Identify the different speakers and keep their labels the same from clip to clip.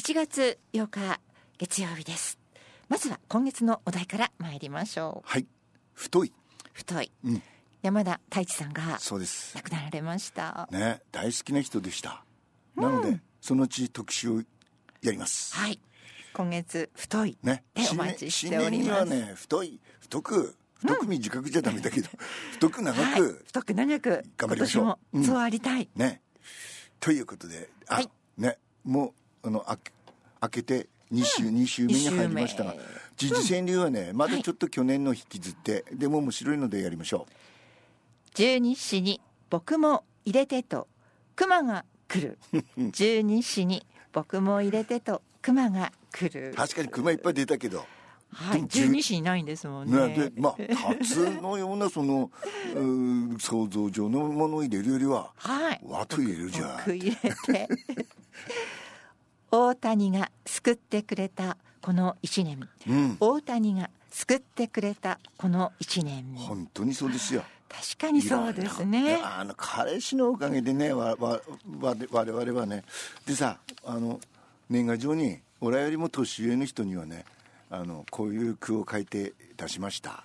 Speaker 1: 1月8日月曜日ですまずは今月のお題から参りましょう
Speaker 2: はい太い
Speaker 1: 太い、
Speaker 2: うん
Speaker 1: 山田太一さんが
Speaker 2: そうです
Speaker 1: 亡くなられました
Speaker 2: ね大好きな人でした、なのでそのうち特集をやります
Speaker 1: はい今月太い
Speaker 2: ね
Speaker 1: でお
Speaker 2: 新
Speaker 1: 待
Speaker 2: 年
Speaker 1: ちし
Speaker 2: 新
Speaker 1: てお
Speaker 2: 年
Speaker 1: り
Speaker 2: に
Speaker 1: ま
Speaker 2: は
Speaker 1: す、
Speaker 2: ね太い太く太く短くじゃダメだけど、 太く長
Speaker 1: はい
Speaker 2: く、
Speaker 1: 太く長く
Speaker 2: 頑
Speaker 1: 今
Speaker 2: 張りま
Speaker 1: 年
Speaker 2: しょう
Speaker 1: も
Speaker 2: うん
Speaker 1: そうありたい、
Speaker 2: ねということであ、
Speaker 1: はい
Speaker 2: ねもうあのあけ明けて2週、二週目に入りましたが
Speaker 1: 二週目
Speaker 2: 時事川柳はねま
Speaker 1: は
Speaker 2: だ
Speaker 1: い
Speaker 2: ちょっと去年の引きずって、でも面白いのでやりましょ
Speaker 1: 十二支に僕も入れてと熊が来 る十二支に僕も入れてと熊が来る
Speaker 2: う確かに車いっぱい出たけど
Speaker 1: は
Speaker 2: で
Speaker 1: い
Speaker 2: も
Speaker 1: 十
Speaker 2: 十
Speaker 1: 二支にないんですもんね
Speaker 2: ね、で まあカツのようなそのうー想像上のものを入れるよりは
Speaker 1: はい
Speaker 2: 和と入れるじゃ
Speaker 1: 僕入れて大谷が救ってくれたこの一年
Speaker 2: ん、うん、
Speaker 1: 大谷が救ってくれたこの一年
Speaker 2: 本当にそうですよ
Speaker 1: 確かにそうですね
Speaker 2: いやあの彼氏のおかげでねわわわ我々はねでさあの年賀状に俺よりも年上の人にはねあのこういう句を書いて出しました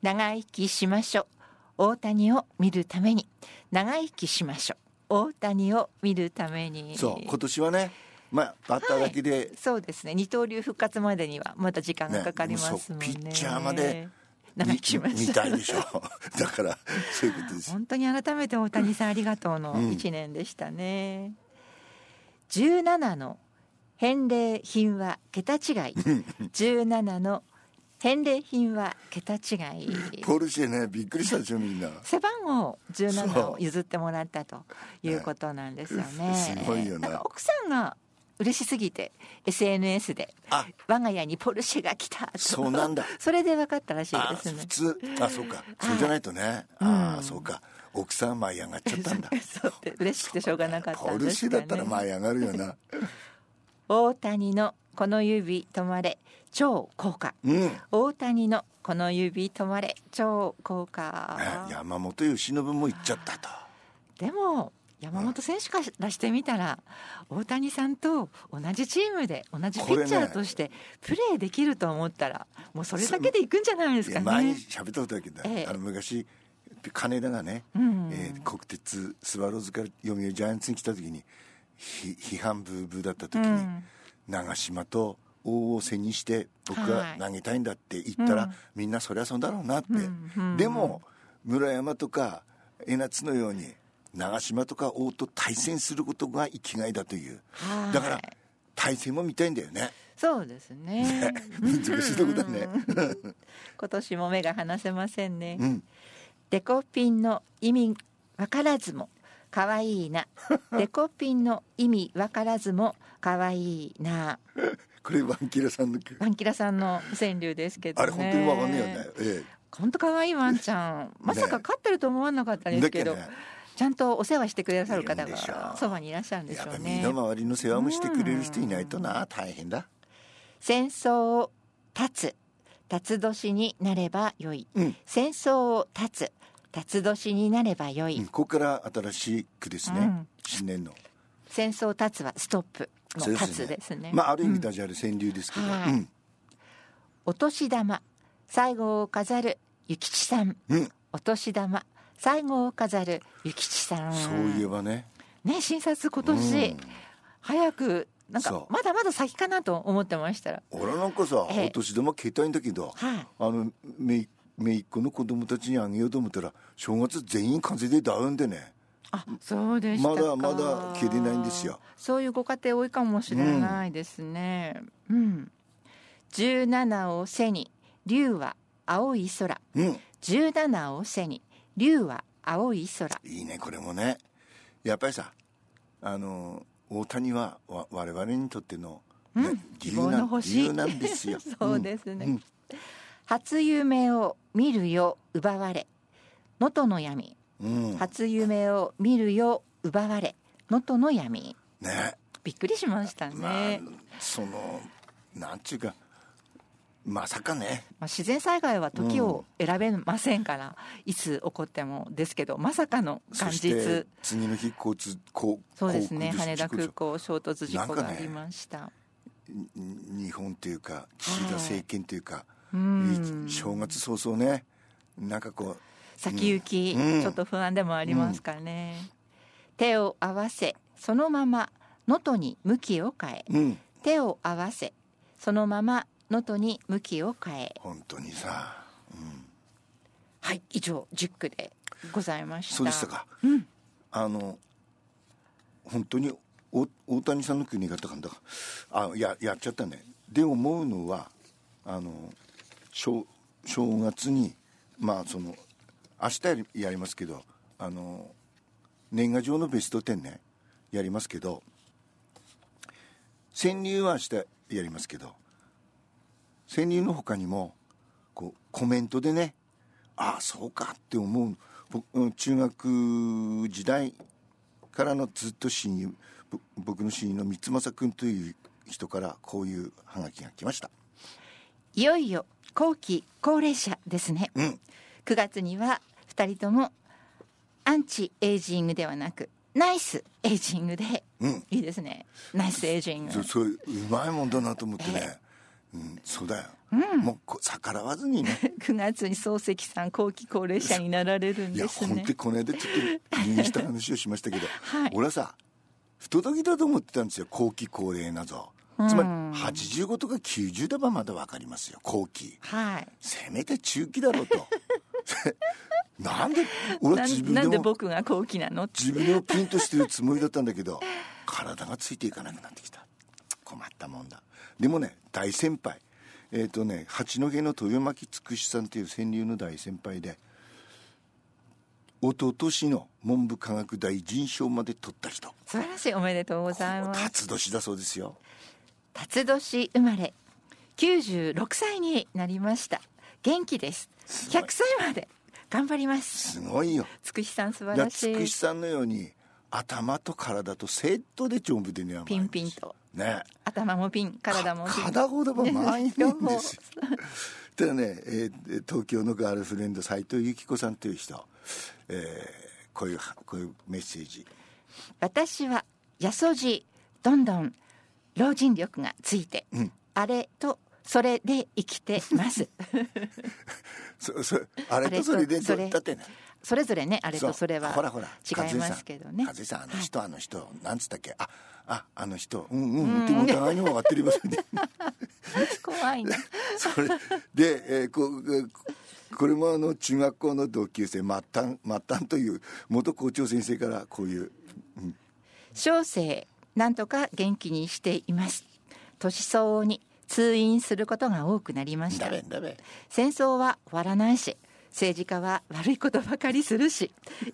Speaker 1: 長生きしましょう大谷を見るために長生きしましょう大谷を見るために
Speaker 2: そう今年はねまあバッターだけで、
Speaker 1: そうですね二刀流復活までにはまた時間がかかりますもんね
Speaker 2: ねそうピッチャーまで
Speaker 1: 長生きしま
Speaker 2: み
Speaker 1: し
Speaker 2: 見
Speaker 1: た
Speaker 2: たいでしょ だからそういうことです
Speaker 1: 本当に改めて大谷さんありがとうの
Speaker 2: うん
Speaker 1: 一年でしたね、17の返礼品は桁違い17の返礼品は桁違い
Speaker 2: ポルシェねびっくりしたでしょみんな
Speaker 1: 背番号
Speaker 2: そ
Speaker 1: 17
Speaker 2: う
Speaker 1: を譲ってもらったということなんですよね。
Speaker 2: すごいよなん
Speaker 1: か奥さんが嬉しすぎて SNS で
Speaker 2: あ
Speaker 1: 我が家にポルシェが来たと
Speaker 2: そうなんだ
Speaker 1: それで分かったらしい
Speaker 2: あ
Speaker 1: ですね
Speaker 2: 普。通あそうかそうじゃないとねああそうか奥さん舞い上がっちゃったんだ
Speaker 1: そうで嬉しくてしょうがなかった
Speaker 2: ポ
Speaker 1: んで
Speaker 2: ル
Speaker 1: す
Speaker 2: シェ
Speaker 1: か
Speaker 2: だ
Speaker 1: ね
Speaker 2: ったら舞い上がるよな
Speaker 1: 大谷のこの指止まれ超効果。
Speaker 2: うん
Speaker 1: 大谷のこの指止まれ超効果。
Speaker 2: ね山本由伸も行っちゃったと
Speaker 1: でも山本選手からしてみたら大谷さんと同じチームで同じピッチャーとしてプレーできると思ったらもうそれだけでいくんじゃないで
Speaker 2: い
Speaker 1: す
Speaker 2: や
Speaker 1: か
Speaker 2: 前に
Speaker 1: ね。
Speaker 2: 喋ったことだけど、
Speaker 1: ええ
Speaker 2: あの昔金田がね、
Speaker 1: ん
Speaker 2: えー国鉄スワローズから読売ジャイアンツに来た時にひ批判ブーブーだった時に、
Speaker 1: うん
Speaker 2: 長嶋と王を背にして僕は投げたいんだって言ったら、みんなそりゃそうだろうなって、でも村山とか江夏のように長嶋とか王と対戦することが生きがいだという
Speaker 1: はい
Speaker 2: だから対戦も見たいんだよね
Speaker 1: そうですね。
Speaker 2: 難しいとこだね
Speaker 1: 今年も目が離せませんね。
Speaker 2: うん
Speaker 1: デコピンの意味わからずも可愛い な。デコピンの意味わからずも可愛いな。
Speaker 2: これワンキラさんの句
Speaker 1: バンキラさんの川柳ですけどね。
Speaker 2: あれ本当にわかんないよね、え
Speaker 1: 本当可愛いワンちゃん。まさか飼ってると思わなかった
Speaker 2: え、
Speaker 1: です
Speaker 2: だ
Speaker 1: け
Speaker 2: け
Speaker 1: ど、
Speaker 2: どね
Speaker 1: ちゃんとお世話してくださる方
Speaker 2: いるんでしょ
Speaker 1: が
Speaker 2: う
Speaker 1: そばにいらっしゃるんでし
Speaker 2: やっ
Speaker 1: ょ
Speaker 2: ぱ
Speaker 1: う
Speaker 2: 身
Speaker 1: ね。
Speaker 2: の回りの世話もしてくれる人いないとな大変だ
Speaker 1: 戦争を立つ、立つ年になればよい。
Speaker 2: うん、
Speaker 1: 戦争を立つ、立つ年になればよい。
Speaker 2: うんここから新しい句ですね、
Speaker 1: うん
Speaker 2: 新年の
Speaker 1: 戦争を立つはストップの
Speaker 2: そう
Speaker 1: 立つですね。
Speaker 2: まあある意味ダジャレ川柳ですけど、
Speaker 1: はい
Speaker 2: うん
Speaker 1: お年玉、最後を飾る諭吉さん。
Speaker 2: うん
Speaker 1: お年玉、最後を飾る諭吉さん。
Speaker 2: そういえばね、
Speaker 1: ね診察今年、
Speaker 2: うん
Speaker 1: 早くなんか
Speaker 2: そう
Speaker 1: まだまだ先かなと思ってましたら
Speaker 2: 俺なんかさ、
Speaker 1: ええ
Speaker 2: お年玉携帯んだけど、
Speaker 1: はい
Speaker 2: あのめいめいっ子の子供たちにあげようと思ったら正月全員風邪でダウンでね
Speaker 1: あそうでしたか
Speaker 2: まだまだ消えてないんですよ
Speaker 1: そういうご家庭多いかもしれないですねうん、17を背に竜は青い空
Speaker 2: うん
Speaker 1: 17を背に竜は青い空
Speaker 2: いいねこれもねやっぱりさあの大谷はわ我々にとっての、ね
Speaker 1: 希望の
Speaker 2: 理
Speaker 1: 星
Speaker 2: 由なんですよ
Speaker 1: そうですね、
Speaker 2: うんうん
Speaker 1: 初夢を見るよ奪われ能登の闇
Speaker 2: うん、
Speaker 1: 初夢を見るよ奪われ能登の闇
Speaker 2: ね
Speaker 1: びっくりしましたね、
Speaker 2: まあ
Speaker 1: ま
Speaker 2: そのなんちゅうかまさかね
Speaker 1: あ、自然災害は時を選べませんから、いつ起こってもですけどまさかの元
Speaker 2: そ
Speaker 1: 日
Speaker 2: して次の日交通こう
Speaker 1: そうですね
Speaker 2: 航空
Speaker 1: 羽田空
Speaker 2: 事故
Speaker 1: 港衝突事故
Speaker 2: なん
Speaker 1: が
Speaker 2: か
Speaker 1: あ
Speaker 2: ね
Speaker 1: りました、
Speaker 2: 日本というか岸田政権というか、はい、正月早々ねなんかこう
Speaker 1: 先行き、うん、ちょっと不安でもありますかね、うん、手を合わせそのまま能登に向きを変え、うん、手を合わせそのまま能登に向きを変え
Speaker 2: 本当にさ、
Speaker 1: はい以上10区でございました
Speaker 2: そうでしたか、あの本当にお大谷さんの国がったんだあややっちゃったねで思うのはあの正正月にまあその明日やりますけどあの年賀状のベスト10ねやりますけど川柳は明日やりますけど川柳のほかにもこうコメントでねああそうかって思う僕中学時代からのずっと親友僕の親友の三政君という人からこういうハガキが来ました
Speaker 1: いよいよ後期高齢者ですね、うん、9月には2人ともアンチエイジングではなくナイスエイジングで、うん、いいですねナイスエイジング
Speaker 2: そううまいもんだなと思ってね、えー、うん、そうだよ、うん、もう逆らわずにね
Speaker 1: 9月に漱石さん後期高齢者になられるんですね
Speaker 2: いや本当にこの間ちょっと入院した話をしましたけど、はい、俺はさ不届きだと思ってたんですよ後期高齢なぞつまり85とか90だばまだ分かりますよ後期、
Speaker 1: はい、
Speaker 2: せめて中期だろ うとなんで俺は自分
Speaker 1: でなんで僕が後期なの
Speaker 2: 自分をピンとしてるつもりだったんだけど体がついていかなくなってきた困ったもんだでもね大先輩えっ、ー、とね八戸の豊巻つくしさんという川柳の大先輩でおととしの文部科学大臣賞まで取った人
Speaker 1: 素晴らしいおめでとうございます
Speaker 2: 辰年だそうですよ
Speaker 1: 辰年生まれ96歳になりました元気です100歳まで頑張ります
Speaker 2: すごいよ
Speaker 1: つくしさん素晴らし
Speaker 2: いつくしさんのように頭と体とセットで丈夫でね
Speaker 1: ピンピンと
Speaker 2: ね
Speaker 1: 頭もピン体もピン
Speaker 2: 片方でも満員なんで すよただね、えー、東京のガールフレンド斎藤由紀子さんという人、えー、こういうこういうメッセージ
Speaker 1: 私はやそじどんどん老人力がついて、うん、あれとそれで生きてます
Speaker 2: そそあれとそれでそれだってね
Speaker 1: それぞれねあれとそれは
Speaker 2: ほらほら
Speaker 1: 違いますけどね
Speaker 2: 和江さんあの人、はい、あの人なんつったっけあああの人うんうんってお互いに分かって りますね
Speaker 1: 怖いな
Speaker 2: それで、えー、ここれもあの中学校の同級生末端末端という元校長先生からこういう、
Speaker 1: うん、小生なんとか元気にしています年相応に通院することが多くなりました戦争は終わらないし政治家は悪いことばかりするし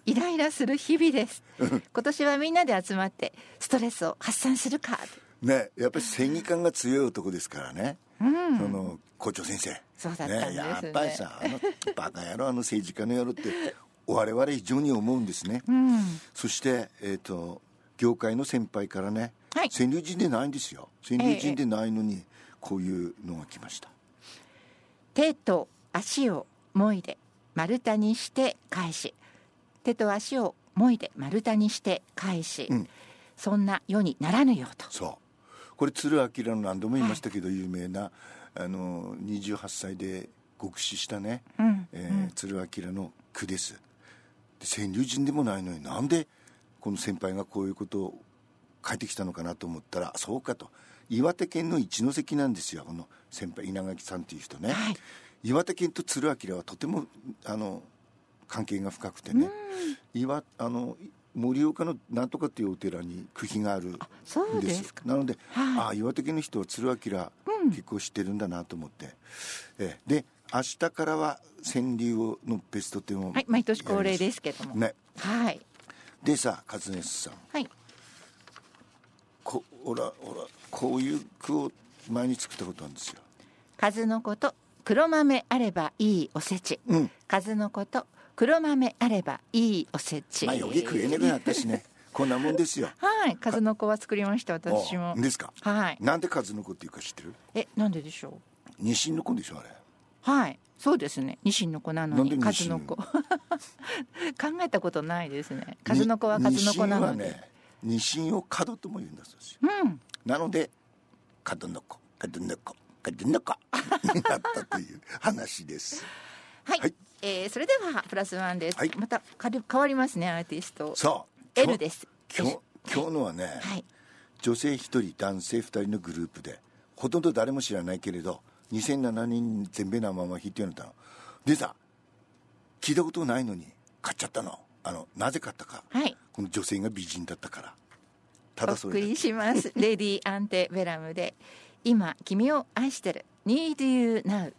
Speaker 1: イライラする日々です 今年はみんなで集まってストレスを発散するか
Speaker 2: ねやっぱり正義感が強い男ですからね、うん、その校長先生
Speaker 1: そうだね、ね、
Speaker 2: やっぱりさあのバカ野郎あの政治家の野郎って我々非常に思うんですね、うん、そしてえっ、ー、と業界の先輩からね、はい、川柳人でないんですよ川柳人でないのにこういうのが来ました、
Speaker 1: ええ、手と足をもいで丸太にして返し手と足をもいで丸太にして返し、うん、そんな世にならぬよと
Speaker 2: そうこれ鶴明の何度も言いましたけど、はい、有名なあの28歳で極死したね、うん、えーうん、鶴明の句ですで川柳人でもないのになんでこの先輩がこういうことを書いてきたのかなと思ったらそうかと岩手県の一関なんですよこの先輩稲垣さんっていう人ね、はい、岩手県と鶴明はとてもあの関係が深くてね岩あの盛岡のなんとかっていうお寺に区費があるんです
Speaker 1: そうです
Speaker 2: なので、はい、ああ岩手県の人は鶴明、うん、結構知ってるんだなと思って、えで明日からは川柳をのベスト10を、
Speaker 1: はい、毎年恒例ですけども
Speaker 2: ね
Speaker 1: はい
Speaker 2: でさ勝根さん
Speaker 1: はい
Speaker 2: こほらほらこういう句を前に作ったことなんですよ
Speaker 1: 数のこと黒豆あればいいおせち、うん、数のこと黒豆あればいいおせち
Speaker 2: まあよぎ食えねえなったしねこんなもんですよ
Speaker 1: はい数の子は作りました 私も
Speaker 2: ですか
Speaker 1: はい
Speaker 2: なんで数の子っていうか知ってる
Speaker 1: えなんででしょ
Speaker 2: うニシンの子でしょあれ
Speaker 1: はいそうですね。ニシンの子なのに数の子。考 えたことないですね。数の子は数の子なのに。
Speaker 2: ニシン、ね、を角とも言うんだそうです
Speaker 1: よ。うん、
Speaker 2: なので角の子角の子角の子になったという話です
Speaker 1: はい、
Speaker 2: はい
Speaker 1: えーそれではプラスワンです、
Speaker 2: はい
Speaker 1: またかり変わりますねアーティスト
Speaker 2: さあ今
Speaker 1: L
Speaker 2: 日
Speaker 1: です
Speaker 2: 今日
Speaker 1: L
Speaker 2: 今日のはね、
Speaker 1: はい
Speaker 2: 女性1人男性2人のグループでほとんど誰も知らないけれど2007年に全米ナンバーワンヒットになったのでさ聞いたことないのに買っちゃったのあのなぜ買ったか、
Speaker 1: はい
Speaker 2: この女性が美人だったからた
Speaker 1: お
Speaker 2: だそ
Speaker 1: 送
Speaker 2: れだけ
Speaker 1: りしますレディーアンテベラムで今君を愛してる Need You Now